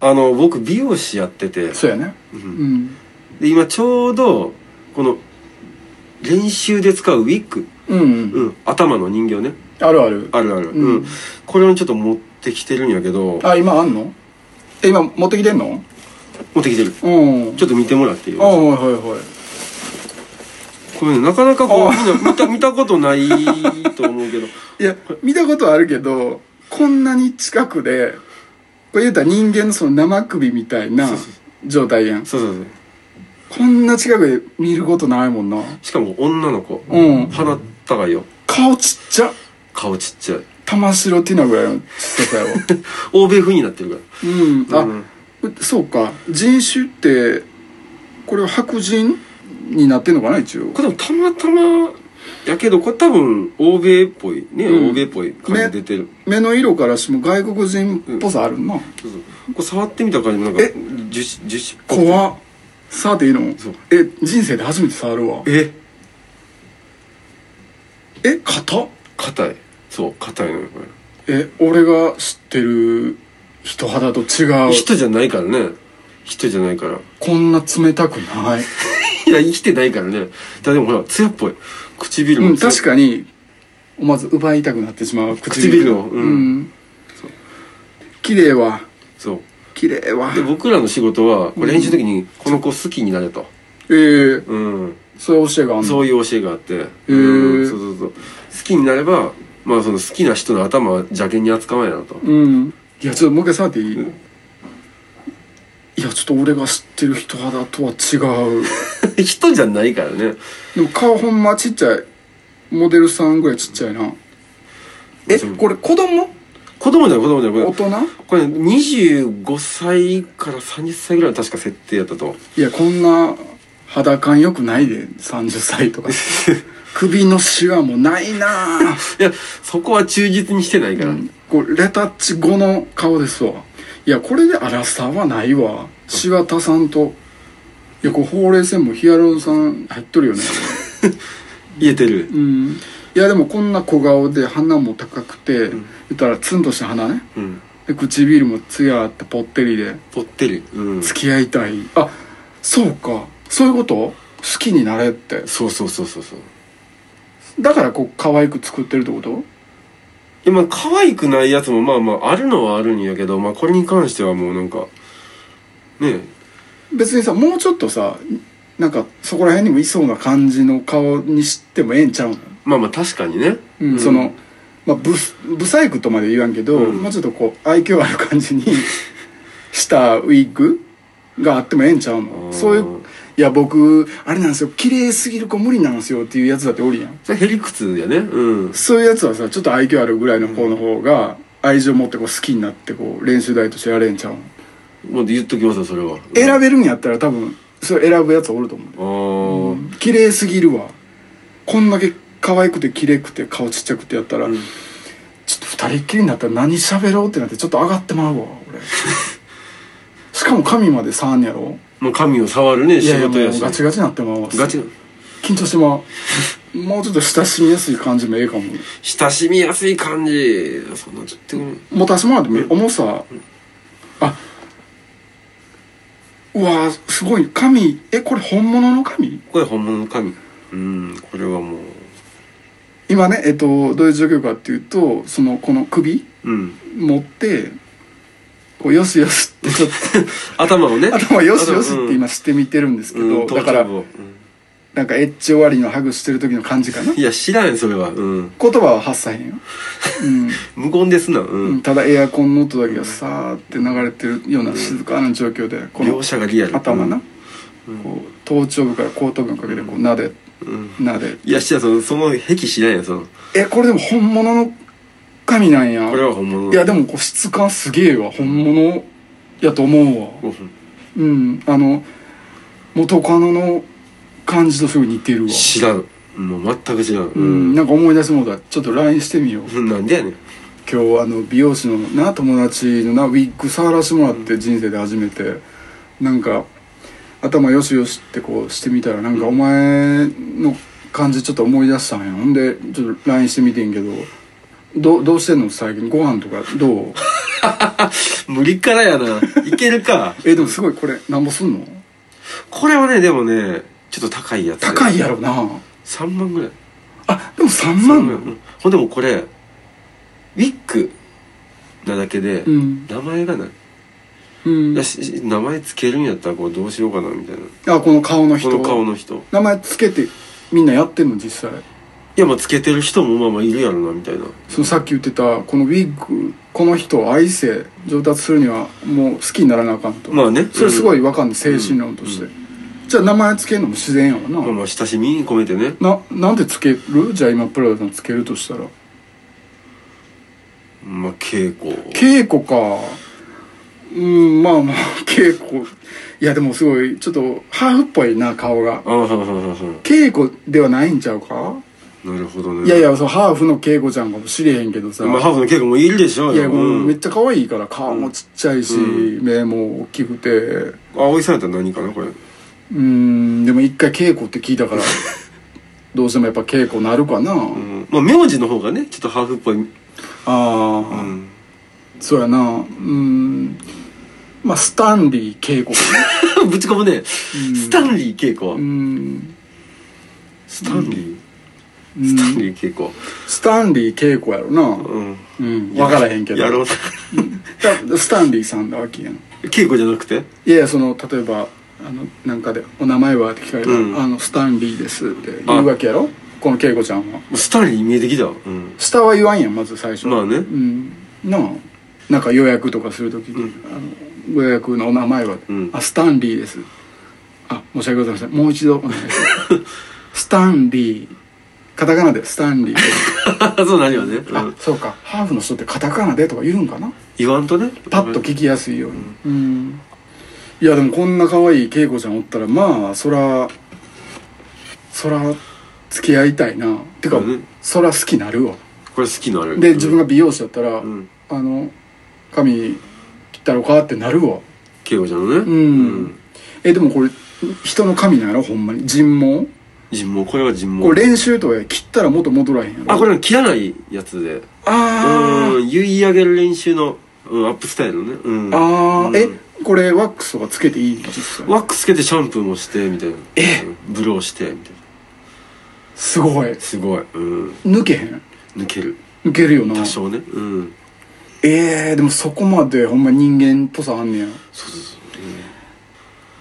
あの僕美容師やっててそうやねうんうんで今ちょうどこの練習で使うウィッグ、うんうんうん、頭の人形ねあるあるあるある、ううんんこれをちょっと持ってきてるんやけどあ今あんのえ今持ってきてんの持ってきてるうんちょっと見てもらっていいああこはいはいはいれねなかなかこうあみんな見た 見たことないと思うけどいや見たことはあるけどこんなに近くでこれ言うたら人間のその生首みたいな状態やんそうそうそうこんな近くで見ることないもんなしかも女の子、うん鼻高いよ顔ちっちゃ顔ちっちゃい玉城ティナぐらいのちっささ やわ欧米風になってるかうんらあ、うんうそうか人種ってこれは白人になってんのかな一応これでもたまたまやけどこれ多分欧米っぽいね、うん欧米っぽい感じ出てる、目の色からしても外国人っぽさあるな、そうそうこれ触ってみた感じもなんかえ樹脂樹脂っぽくて怖っ触っていいのそうえ人生で初めて触るわええ硬っ硬いそう硬いのよこえ俺が知ってる人肌と違れう人じゃないからね人じゃないからこんな冷たくないいや生きてないからねだでもほら艶っぽい唇うもん艶確かに思わず奪いたくなってしまう唇をううんん、そう綺麗はそう綺麗はで僕らの仕事はこれ練習の時にこの子好きになれと、ええうん、そういう教えがあんのそういう教えがあって、ーうんそうそうそう好きになればまあその好きな人の頭は邪険に扱わないなと、 うんいやちょっともう一回触っていい、うんいやちょっと俺が知ってる人肌とは違う人じゃないからねでも顔ほんまちっちゃいモデルさんぐらいちっちゃいなえそうこれ子供子供じゃない子供じゃない大これ人これ25歳から30歳ぐらいの確か設定やったといやこんな肌感良くないで30歳 とか首のシワもないなあいやそこは忠実にしてないから、これレタッチ後の顔ですわいやこれで荒さはないわシワ足さんといやこれほうれい線もヒアルロン酸入っとるよね言えてるうんいやでもこんな小顔で鼻も高くて、ん言ったらツンとした鼻ねうんで唇もツヤあってぽってりでぽってりうん付き合いたい、あそうかそういうこと好きになれってそうそうそうそうそうだからこう可愛く作ってるってこといやまあ可愛くないやつもまあまああるのはあるんやけどまあこれに関してはもうなんかね別にさもうちょっとさなんかそこら辺にもいそうな感じの顔にしてもええんちゃうの、まあまあ確かにね、うん、その、まあ、ブスブサイクとまで言わんけど、うんまあ、ちょっとこう愛嬌ある感じにしたウィッグがあってもええんちゃううのんそういういや僕あれなんですよ綺麗すぎる子無理なんですよっていうやつだっておるやんそれヘリクツやねうんそういうやつはさちょっと愛嬌あるぐらいの子の方が愛情持ってこう好きになってこう練習台としてやれんちゃうのもう言っときますよそれは選べるんやったら多分それ選ぶやつおると思うあー、綺麗すぎるわこんだけ可愛くて綺麗くて顔ちっちゃくてやったら、うんちょっと二人っきりになったら何喋ろうってなってちょっと上がってまうわ 俺しかも髪まで触んねやろもう神を触るねいや仕いやも事やうしガチガチになってまうわガチ緊張してまうもうちょっと親しみやすい感じもええかも親しみやすい感じそんなちょっと持たせてもらってもいい重さあうわーすごい髪えこれ本物の髪これ本物の神うんこれはもう今ねえっとどういう状況かっていうとそのこの首うん 持ってこうよしよしってちょっ 頭をねと頭よしよしっうんて今してみてるんですけど、うんだから頭頂部をうんなんかエッチ終わりのハグしてる時の感じかないや知らんよそれはうん言葉は発さへんよ、無言ですなううんんただエアコンの音だけがさーって流れてるような静かな状況でこの描写がリアル頭な、うんこう頭頂部から後頭部にかけてこう撫でうん撫でいや知らんそのその癖知らんよそのえこれでも本物の髪なんやこれは本物いやでもこう質感すげえわ本物やと思うわうんうんあの元カノの感じとすごい似てるわ知らんもう全く知らんううんんなんか思い出すものだちょっと LINE してみようなんでやねん今日あの美容師のな友達のなウィッグ触らせてもらって人生で初めてなんか頭よしよしってこうしてみたらなんかお前の感じちょっと思い出したんやほんでちょっと LINE してみてんけどどどうしてんの最近ご飯とか どう無理からや な。いけるか。えでもすごいこれなんぼすんのこれはね、でもね、ちょっと高いやつ。高いやろな3万ぐらい。あでも3 3万万。うんほんでもこれ、ウィッグなだけでう、ん名前がない。うんだしし名前つけるんやったらこうどうしようかなみたいなあこの顔のこ人の顔の人名前つけてみんなやってんの実際いやまあつけてる人もまあまあいるやろなみたいなそのさっき言ってたこのウィッグこの人を愛せ上達するにはもう好きにならなあかんと、まあねそれすごいわかんないうん精神論として、じゃあ名前つけるのも自然やわな、まあまあ親しみに込めてねななんでつけるじゃあ今プラダさんつけるとしたらまあ稽古稽古かうんまあ まあ稽古いやでもすごいちょっとハーフっぽいな顔がああはんはんはんはん稽古ではないんちゃうか、なるほどねいやいやそうハーフの稽古ちゃんかもしれへんけどさ、まあハーフの稽古もいるでしょいや、うもうめっん、ちゃ可愛いから顔もちっちゃいし、う目も大きくてう葵さんやったら何かなこれーんでも一回稽古って聞い たからどうしてもやっぱ稽古なるかな、うんまあ名字の方がねちょっとハーフっぽい、うん、ああ、そうやなうーんまあスタンリー稽古 うぶち込むね、スタンリー稽古、ーんスタンリー、うんスタンリー稽古スタンリー稽古やろなうんうん分からへんけどやろう だスタンリーさんだわけやん稽古じゃなくていやいやその例えばあのなんかで「お名前は?」って聞かれたら「うんあのスタンリーです」って言うわけやろこの稽古ちゃんはスタンリーに見えてきたわうん下は言わんやんまず最初まあねうんなあなんか予約とかするときに、あのご予約のお名前は、うんあスタンリーですあ申し訳ございませんもう一度お願いします スタンリーカタカナでスタンリー そうなるよね、うあんそうかハーフの人ってカタカナでとか言うんかな言わんとねパッと聞きやすいようにうん、いやでもこんな可愛い恵子ちゃんおったらまあそらそら付き合いたいなてか、うんそら好きなるわこれ好きなるで自分が美容師だったら、うんあの髪切ったろかってなるわ慶吾ちゃんのねうん、えでもこれ人の髪なんやろほんまに人毛人毛これは人毛これ練習とかで切ったら元戻らへんやろあこれは切らないやつであうーん結い上げる練習の、うん、アップスタイルのねうんあー、うんえこれワックスとかつけていい実際ワックスつけてシャンプーもしてみたいなえブローしてみたいなすごいすごい、うん、抜けへん抜ける抜けるよな多少ねうんえー、でもそこまでほんま人間っぽさあんねやそうそうそう、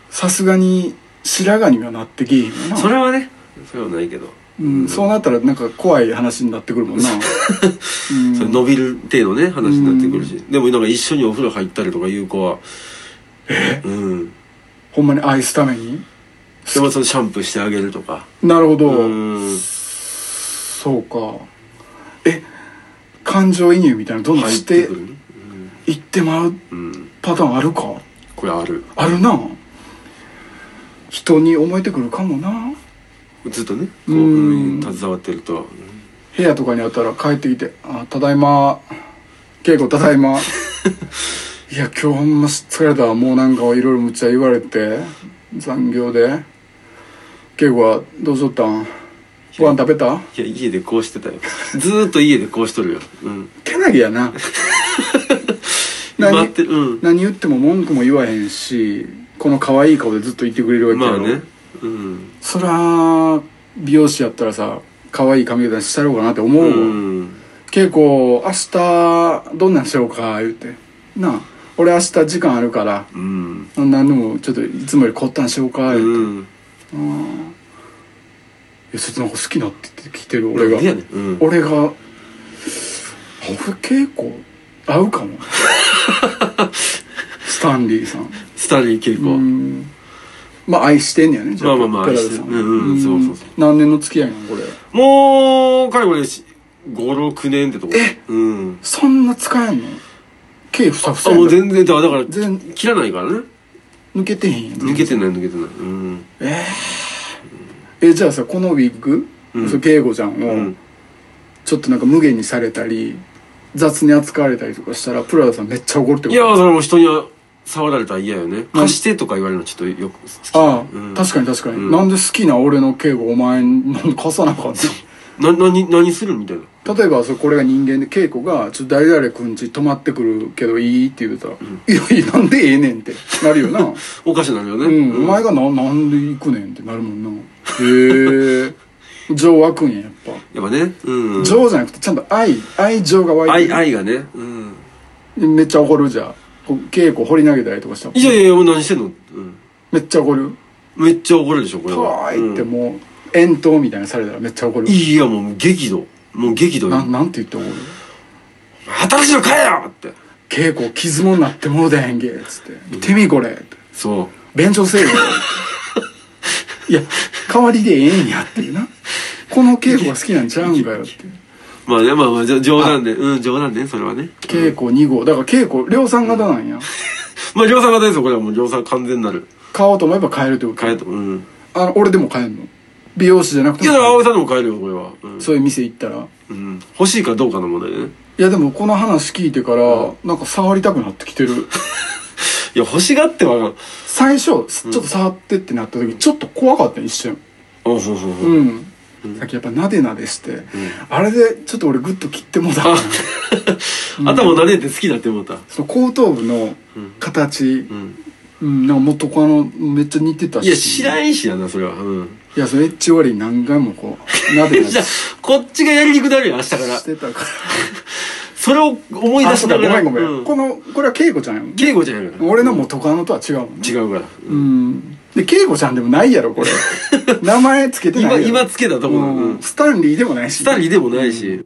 さすがに白髪にはなってけえへんようなんそれはねそれはないけどうん、そうなったらなんか怖い話になってくるもんな、うん それ伸びる程度ね話になってくるし、でもなんか一緒にお風呂入ったりとかいう子はえうんほんまに愛すためにでもそのシャンプーしてあげるとかなるほど、うんそうかえ感情移入みたいなのどんどん入っしててくるねうんいってまううんパターンあるかこれあるあるな人に思えてくるかもなずっとねこうううんん携わってると部屋とかにあったら帰ってきて「あただいま稽古ただ いま」いや今日ほんま疲れたわもうなんかいろいろむっちゃ言われて残業で稽古はどうしとったんご飯食べ たいや家でこうしてたよずーっと家でこうしとるよ、うん、けなげやな何待ってうん何言っても文句も言わへんしこの可愛い顔でずっと言ってくれるわけまやあろ、ねうんそら美容師やったらさ可愛い髪型にしたろうかなって思ううわ、ん稽古明日どんなんしようか言うてなあ俺明日時間あるからうん何でもちょっといつもよりこったんしようか言うて、いうんやそいつなんか好きなって言って聞いてる俺俺が、がねうん俺があ俺稽古合うか もスタンリーさんスタンリー稽う古んまあ愛してんねやねじゃまあまあまあ寺田さん愛してるうんうんそうそうそう何年の付き合いなのこれもうかれこれ56年ってとこえうんそんな使えんの毛ふさふさあやんもう全然だだから全切らないからね抜けてへんやん抜けてない抜けてないうんえーえじゃあさこのウィッグ、うんそう慶吾ちゃんうをんちょっとなんか無限にされたり雑に扱われたりとかしたらプラダさんめっちゃ怒るってこといやそれも人に触られたら嫌よね貸してとか言われるのちょっとよく好きああ、うん確かに確かに、うんなんで好きな俺の慶吾お前なんで貸さなあかったな何何するみたいな例えばそこれが人間で稽古が「ちょっと誰々くんち泊まってくるけどいい?」って言うたら「いやいやなんでええねん」ってなるよなおかしなるよね、 うん、お前ががななんで行くねんってなるもんなへえ情湧くんややっぱ、やっぱねうん情じゃなくてちゃんと愛愛情が湧いて愛る愛がねうんめっちゃ怒るじゃんこう稽古掘り投げたりとかしたらいやいやいやもう何してんの、うん、めっちゃ怒るめっちゃ怒るでしょこ「れははーい」ってうんもう遠投みたいにされたらめっちゃ怒るいやもう激怒もう激怒よななんて言って怒る新しいの買えよって稽古傷もなってもうだやんけっつって「見てみこれ」ってそう弁償 せえよいや代わりでええんやっていうなこの稽古が好きなんちゃうんかよっていうまあねまあまあじょ冗談でうん冗談でねそれはね稽古2号だから稽古量産型なんやまあ量産型ですよこれはもう量産完全なる買おうと思えば買えるってこと買えとうんあの俺でも買えんの美容師じゃなくいてやもでも買え青る井さんでも買えるよこれはうん、そういう店行ったらうん、欲しいかどうかの問題でねいやでもこの話聞いてから、なんか触りたくなってきて るいや欲しがってはあかんあ最初ちょっと触ってってなった時ちょっと怖かったよ一瞬そうそうそう、うん、さっきやっぱなでなでして、あれでちょっと俺グッと切ってもうた あ 頭撫でて好きだって思ったその後頭部の形、うんうん、なんか元カノめっちゃ似てたしいや知らんしやなそれはうんいやそのエッチ終わりに何回もこう なでな でじゃあこっちがやりにくなるよ明日からしてたかそれを思いら出 あしそうなかごがめらんごめん、このこれは恵子ちゃんやもん稽古じゃないから俺の元カノとは違うもん、違うからうんで恵子ちゃんでもないやろこ れ名前つけてない今やろ今つけたとこなのうんスタンリーでもないしスタリーでもないし、